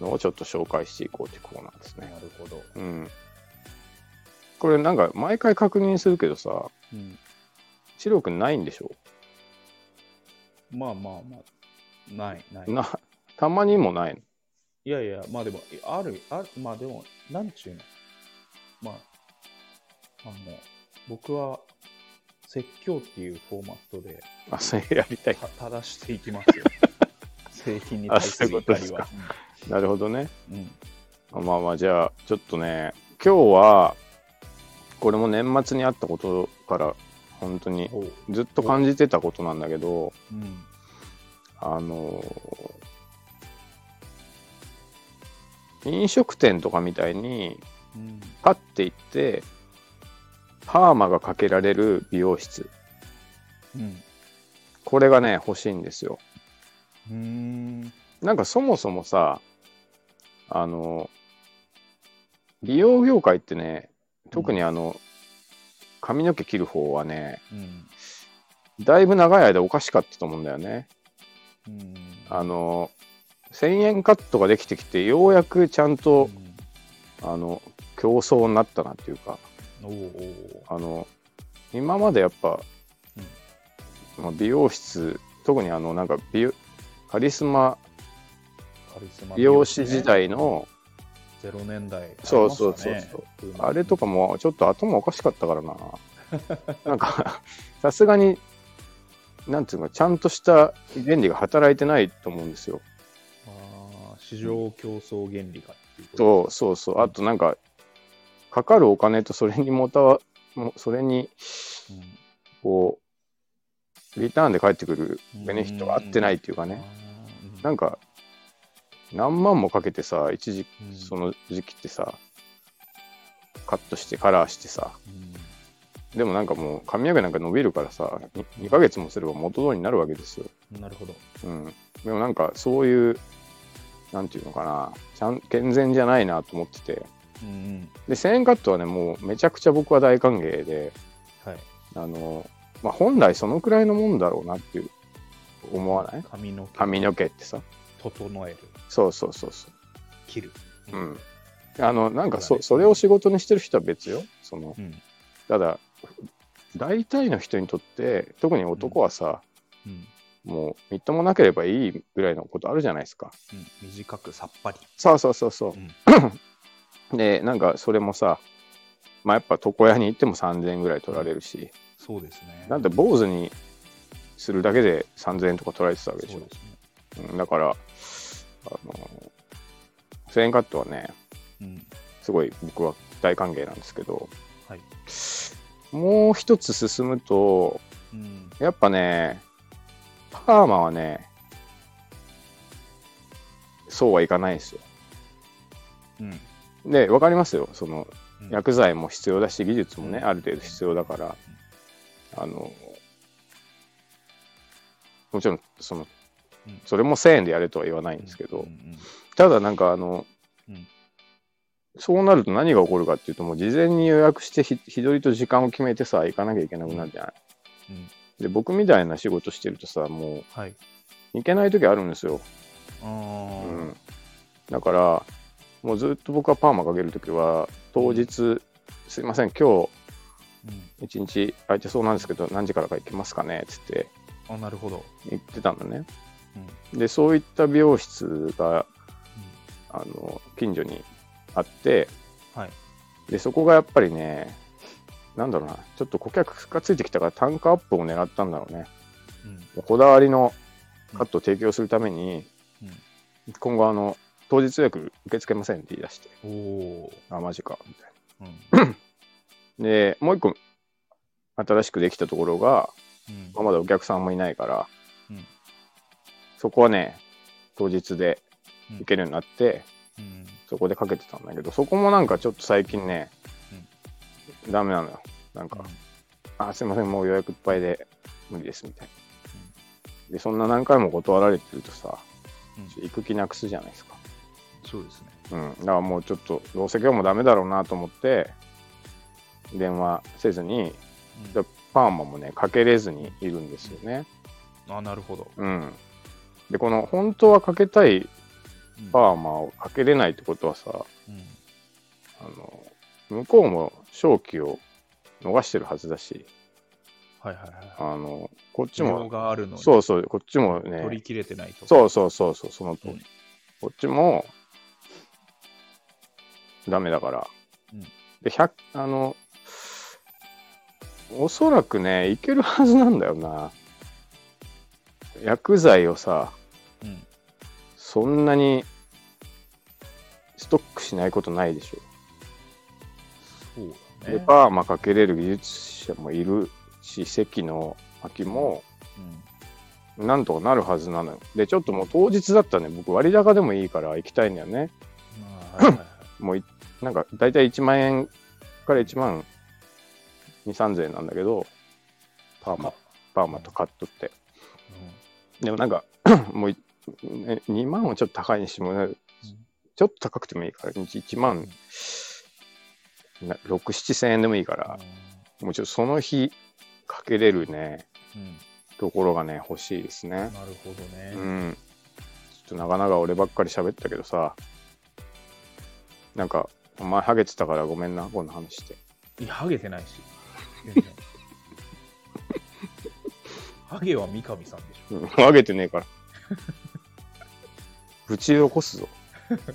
うんのをちょっと紹介していこうというコーナーですね。なるほど。うん、これなんか毎回確認するけどさうん視力ないんでしょまあまあまあ、ない、ない。なたまにもないのいやいや、まあでも、ある、あるまあでも、なんちゅうの。まあ、あの、僕は説教っていうフォーマットであそれやりたいた正していきます よ。製品に対する怒あそういりうことはで。なるほどねうんうんまあまあじゃあちょっとね今日はこれも年末にあったことから本当にほうずっと感じてたことなんだけどうんあのー飲食店とかみたいにうんパッて行ってパーマがかけられる美容室うんこれがね欲しいんですようーんなんかそもそもさあの美容業界ってね特にあの、髪の毛切る方はねうんだいぶ長い間おかしかったと思うんだよねうんあの1000円カットができてきてようやくちゃんと、うんあの競争になったなっていうかおうおうあの今までやっぱ、まあ美容室特にあのなんか美容カリスマカリスマ美容師時代のゼロ年代ありましたねそうそうそうそうブームあれとかもちょっと頭おかしかったからな なんかさすがになんていうかちゃんとした原理が働いてないと思うんですよあー市場競争原理かっていうこととそうそうあとなんかかかるお金とそれにもたわもそれにうんこうリターンで返ってくるベネフィットが合ってないっていうかねあーなんか何万もかけてさ一時うんその時期ってさカットしてカラーしてさうんでもなんかもう髪の毛なんか伸びるからさ 2, ヶ月もすれば元通りになるわけですよ、なるほど。うん、でもなんかそういうなんていうのかなちゃん健全じゃないなと思っててうんうん。で1000円カットはねもうめちゃくちゃ僕は大歓迎ではい。あの、まあ、本来そのくらいのもんだろうなっていう思わない髪の毛。髪の毛ってさ整える。そうそうそうそ切る。ううんあのなんかそうだそねそれを仕事にしてる人は別よそのうん。ただ大体の人にとって特に男はさ、うん。もうみっともなければいいぐらいのことあるじゃないですか。うん。短くさっぱり。そうそうそうそう。 でなんかそれもさ、まあ、やっぱ床屋に行っても3,000円ぐらい取られるし、そうですね。なんて坊主にするだけで3,000円とか取られてたわけでしそうょで。すね。うんだからあの1,000円カットはねうん。すごい僕は大歓迎なんですけどはい。もう一つ進むとうん。やっぱねパーマはねそうはいかないんですよ。うん。で分かりますよそのうん薬剤も必要だし技術もねうんある程度必要だからあのもちろんそのうんそれも1000円でやれとは言わないんですけうどんただなんかあのうんそうなると何が起こるかっていうともう事前に予約してひ日取りと時間を決めてさ行かなきゃいけなくなるじゃない。うんうん。で僕みたいな仕事してるとさもはい。う行けない時あるんですよ。あうーん、だからもうずっと僕はパーマかける時は当日すいません今日うん。一日空いてそうなんですけど何時からか行けますかねっつってあなるほど、行ってたのね。うんでそういった美容室があの近所にあってはいでそこがやっぱりねなんだろうなちょっと顧客がついてきたから単価アップを狙ったんだろうねうんこだわりのカットを提供するために、今後あの当日予約受け付けませんって言い出してうん、おお、あマジかみたいうんなでもう一個新しくできたところが、うんまあまだお客さんもいないから、うんそこはね当日で受けるようになって、うんそこでかけてたんだけど、そこもなんかちょっと最近ね、ダメなのよ。なんか、あ、すいません、もう予約いっぱいで無理ですみたいな。で、そんな何回も断られてるとさ、うん行く気なくすじゃないですか。そうですねうん。だからもうちょっと、どうせ今日もダメだろうなと思って、電話せずに、うんだパーマもね、かけれずにいるんですよね。あなるほど、うん。で、この本当はかけたいうんパーマをかけれないってことはさ、うんあの向こうも勝機を逃してるはずだし、はいはいはいあのこっち需要も、があるのにそうそう、こっちも取りね、切れてないとそうそうそうそう、その通り、うんこっちもダメだから、うんで100あのおそらくね、いけるはずなんだよな。薬剤をさ、うんそんなにストックしないことないでしょ。そうだでねパーマかけれる技術者もいるし関の秋もうんなんとかなるはずなのよでちょっともう当日だったらね僕割高でもいいから行きたいんだよねまあはいはい はいもういなんか大体1万円から1万2 3 0 0円なんだけどパーマパーマとカットってでもなんか もういね2万はちょっと高いにしてもねちょっと高くてもいいから1万6 7 0 0円でもいいからもうちょっとその日かけれるねうんうんところがね欲しいですねなるほどね、うんちょっと長々俺ばっかり喋ったけどさなんかお前ハゲてたからごめんなこんな話して いやハゲてないし全然ハゲは三上さんでしょ うんハゲてねえからぶち起こすぞ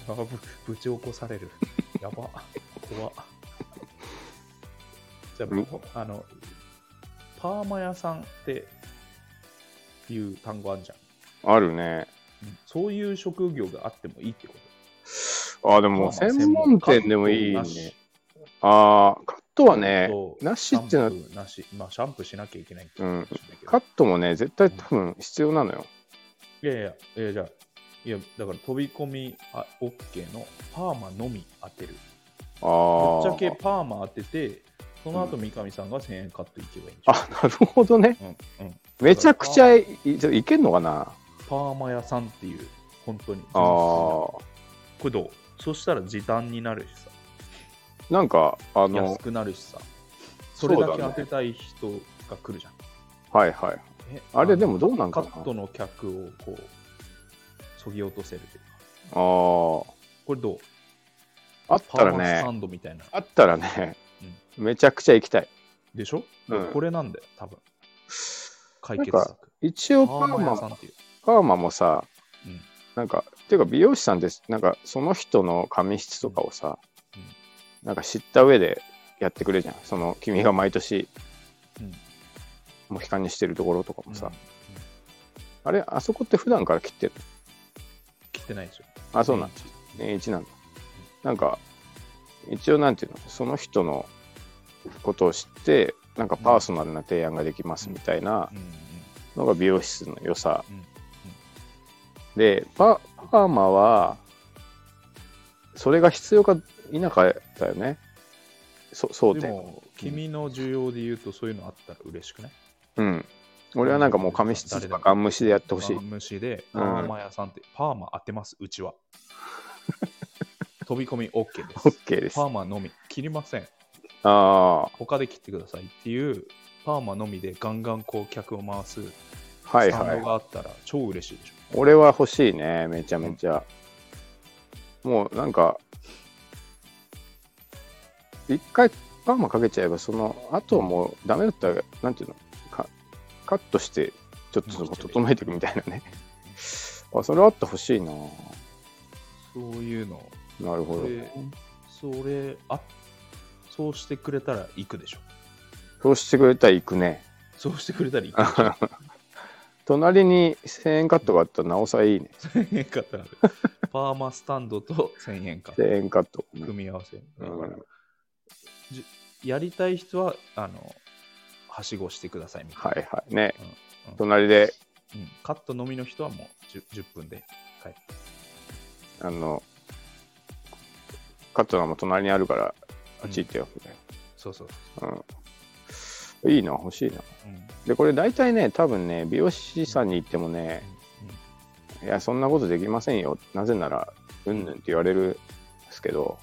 あぶぶち起こされる。やば。怖じゃあ、うんあの、パーマ屋さんっていう単語あるじゃん。あるねそういう職業があってもいいってことあでもパーマ専門店でもいいカットなねしあーカットはねそうなしってなシャンプーなし。まあ、シャンプーしなきゃいけないってうこんとかもしれないけどカットもね絶対多分必要なのよいやいや、いやじゃあ、いや、だから飛び込みあ OK のパーマのみ当てる。ぶっちあゃけーパーマ当てて、その後三上さんが1000円カットいけばいいんじゃん。あなるほどねうんうんめちゃくちゃいいいけんのかなパーマ屋さんっていう、本当に。あーこれどうそしたら時短になるしさ、なんか、あの安、くなるしさ、そそうだれねだけ当てたい人が来るじゃん。はいはい。えあれのでもどうなんかカなットの客をこう、そぎ落とせるというか、あこれどうあ、あっパたーらマスタね、ンドみたいな。あったらね、めちゃくちゃ行きたい。でしょ、うんこれなんだよ、多分解決なん策。一パ応パーーマ屋マ、さんっていう。パーマもさ、うんなんか、っていうか美容師さんです、なんかその人の髪質とかをさ、うんうんなんか知った上でやってくれるじゃん。その、君が毎年、うんモヒカンにしてるところとかもさ、うんあれ、あそこって普段から切ってる切ってないですよ。あ、そうなんだ。うん年一なんだ。なんか、一応なんていうの、その人のことを知って、なんかパーソナルな提案ができますみたいなうんうんのが美容室の良さうんうん。で、パパーマは、それが必要か否かだよね。そ争で点。も、君の需要で言うと、そういうのあったら嬉しくないうん。俺はなんかもう紙質とかガン虫でやってほしいガ。ン虫で、うパんーマ屋さんって、パーマ当てます、うち は。飛び込み OK です。 OK です。パーあマのみ、切りません。あ他で切ってくださいっていう、パーマのみでガンガンこう客を回す、ー、はいスタはンいド。があったら超嬉しいでしょ。俺は欲しいねめちゃめちゃ、もうなんか一回パーマかけちゃえばそのあともうダメだったらなんていうのかカットしてちょっとそこ整えていくみたいなね。あ、それあってほしいな。そういうの、なるほど。でそれ、あそうしてくれたら行くでしょ。そうしてくれたら行くね。 そうしてくれたら行 く。隣に1000円カットがあったらなおさらいいね。 1000円買ったらあるパーマスタンドと1000円か。 1000円カット。組み合わせ。だうんから、じやりたい人は、あの、はしごしてくださいみたいな。はいはい。ねうんうん。隣で、うん、カットのみの人はもう 10, 10分で。あの、カットがもう隣にあるから、あっち行ってよ、みたいそうそう。な。うん。いいな、欲しいな。うんうんで、これ大体ね、多分ね、美容師さんに行ってもね、いや、そんなことできませんよ。なぜなら、うんぬんって言われるんですけど、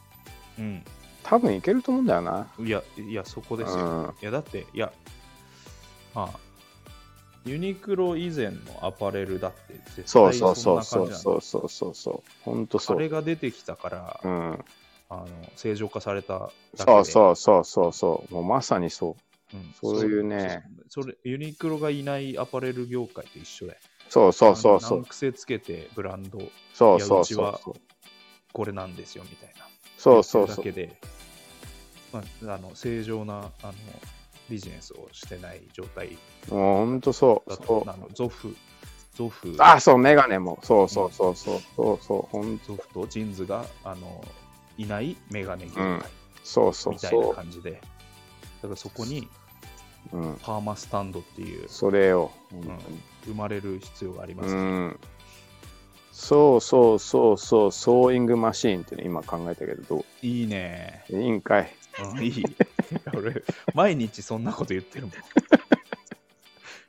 うん多分いけると思うんだよな。うん、いや、いや、そこうですよ。ん。いや、だって、いや、まあ、ユニクロ以前のアパレルだって絶対そうそうそんうな感そうじなそのうそうそうそう。ほんとそあれう。が出てきたから、うん。あの正常化されただけでそうそうそうそうそう。もうまさにそう。うんそういうねそうそうそれユニクロがいないアパレル業界と一緒でそうそうそうそあのう。癖つけてブランドそういやそううちそうは。これなんですよみたいなそうそうだそうけ。で、まあ、あの正常なあのビジネスをしてない状態もうほんとそう。だそとうあのゾフゾフあ、そう、メガネも。そうそうそうそう。そうそう。ほんゾフとジーンズがあのいないメガネ業うん界そうそみうたいなそ感じで、だからそこにう。うん。パーマスタンドっていうそれを。ほんとに生まれる必要がありまうすね、ん。そうそうそうそう、ソーイングマシーンってね、今考えたけど、どいいね、ういいんかい。うん、い い俺毎日そんなこと言ってるもん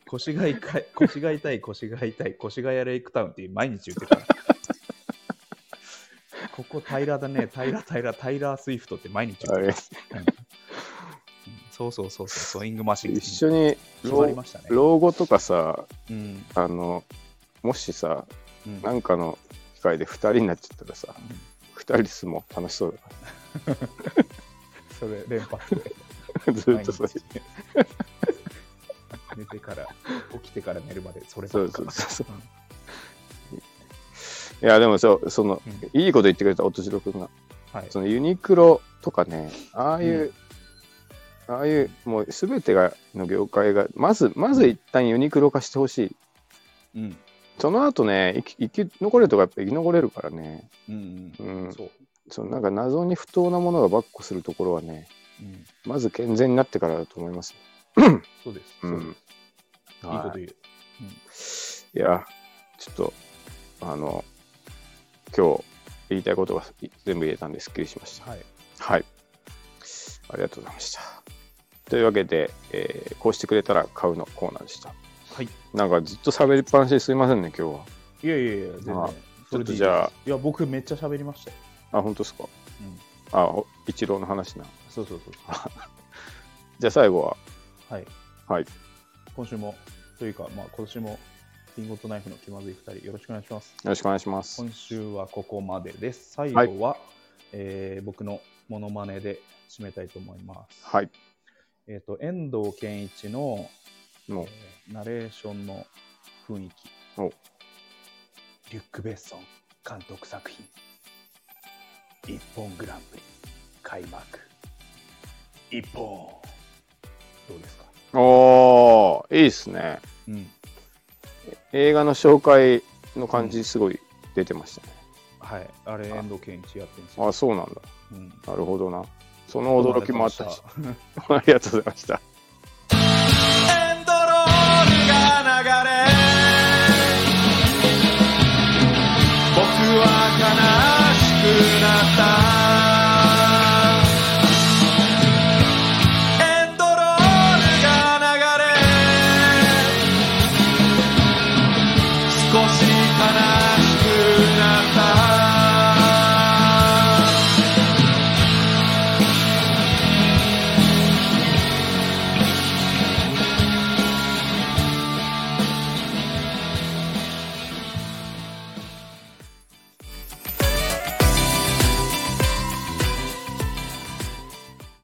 腰が痛い腰が痛い腰が痛い腰がやレイクタウンって毎日言ってる からここ平らだね平ら平ら平らスイフトって毎日言あってるれ、そうそうそうそうソイングマシン一緒に決まり老ましたね老後とかさ、うんあの、もしさ、うんなんかの機会で2人になっちゃったらさ、2人住もう楽しそうだかそれ連発でら、 ずっとそれ。毎日 寝てから起きてから寝るまでそればそっうかそうそうそう。いや、でもそう、その、いいこと言ってくれた、音白君が。はいそのユニクロとかね、ああいうう、ああいう、もうすべてがの業界が、まず、まず一旦ユニクロ化してほしい。うんその後ね、生き生き残れるとかやっぱ生き残れるからね、うんううんん、そうそのなんか謎に不当なものがばっこするところはね、うんまず健全になってからだと思います。そうですそうんうですいいことはい言ういや、ちょっと、あの、今日言いたいことが全部言えたんですっきりしました。はいはい。ありがとうございました。というわけで、えーこうしてくれたら買うのコーナーでした。はいなんかずっと喋りっぱなしですいませんね、今日は。いやいやいや、全然まあ。それでいいですちょっとじゃあいや、僕めっちゃ喋りましたよ。あ、本当ですか。うん。あ、お一郎の話な。そうそうそうそじゃあ最後は、う。はい。はい。今週も、というか、まあ、今年も、リンゴとナイフの気まずい2人、よろしくお願いします。よろしくお願いします。今週はここまでです。最はい後は、えー僕のモノマネで締めたいと思います。はい。えっ、と、遠藤健一の、もえーナレーションの雰囲気。おリュック・ベッソン監督作品「一本グランプリ」開幕一本どうですかう、おー、いいっすね。うん映画の紹介の感じ、すごい出てましたね。はいあれあ遠藤健一やってるんですあ、よ、そうなんだ。うん、なるほどな。その驚きもあったし。どうもありがとうございましたありがとうございました。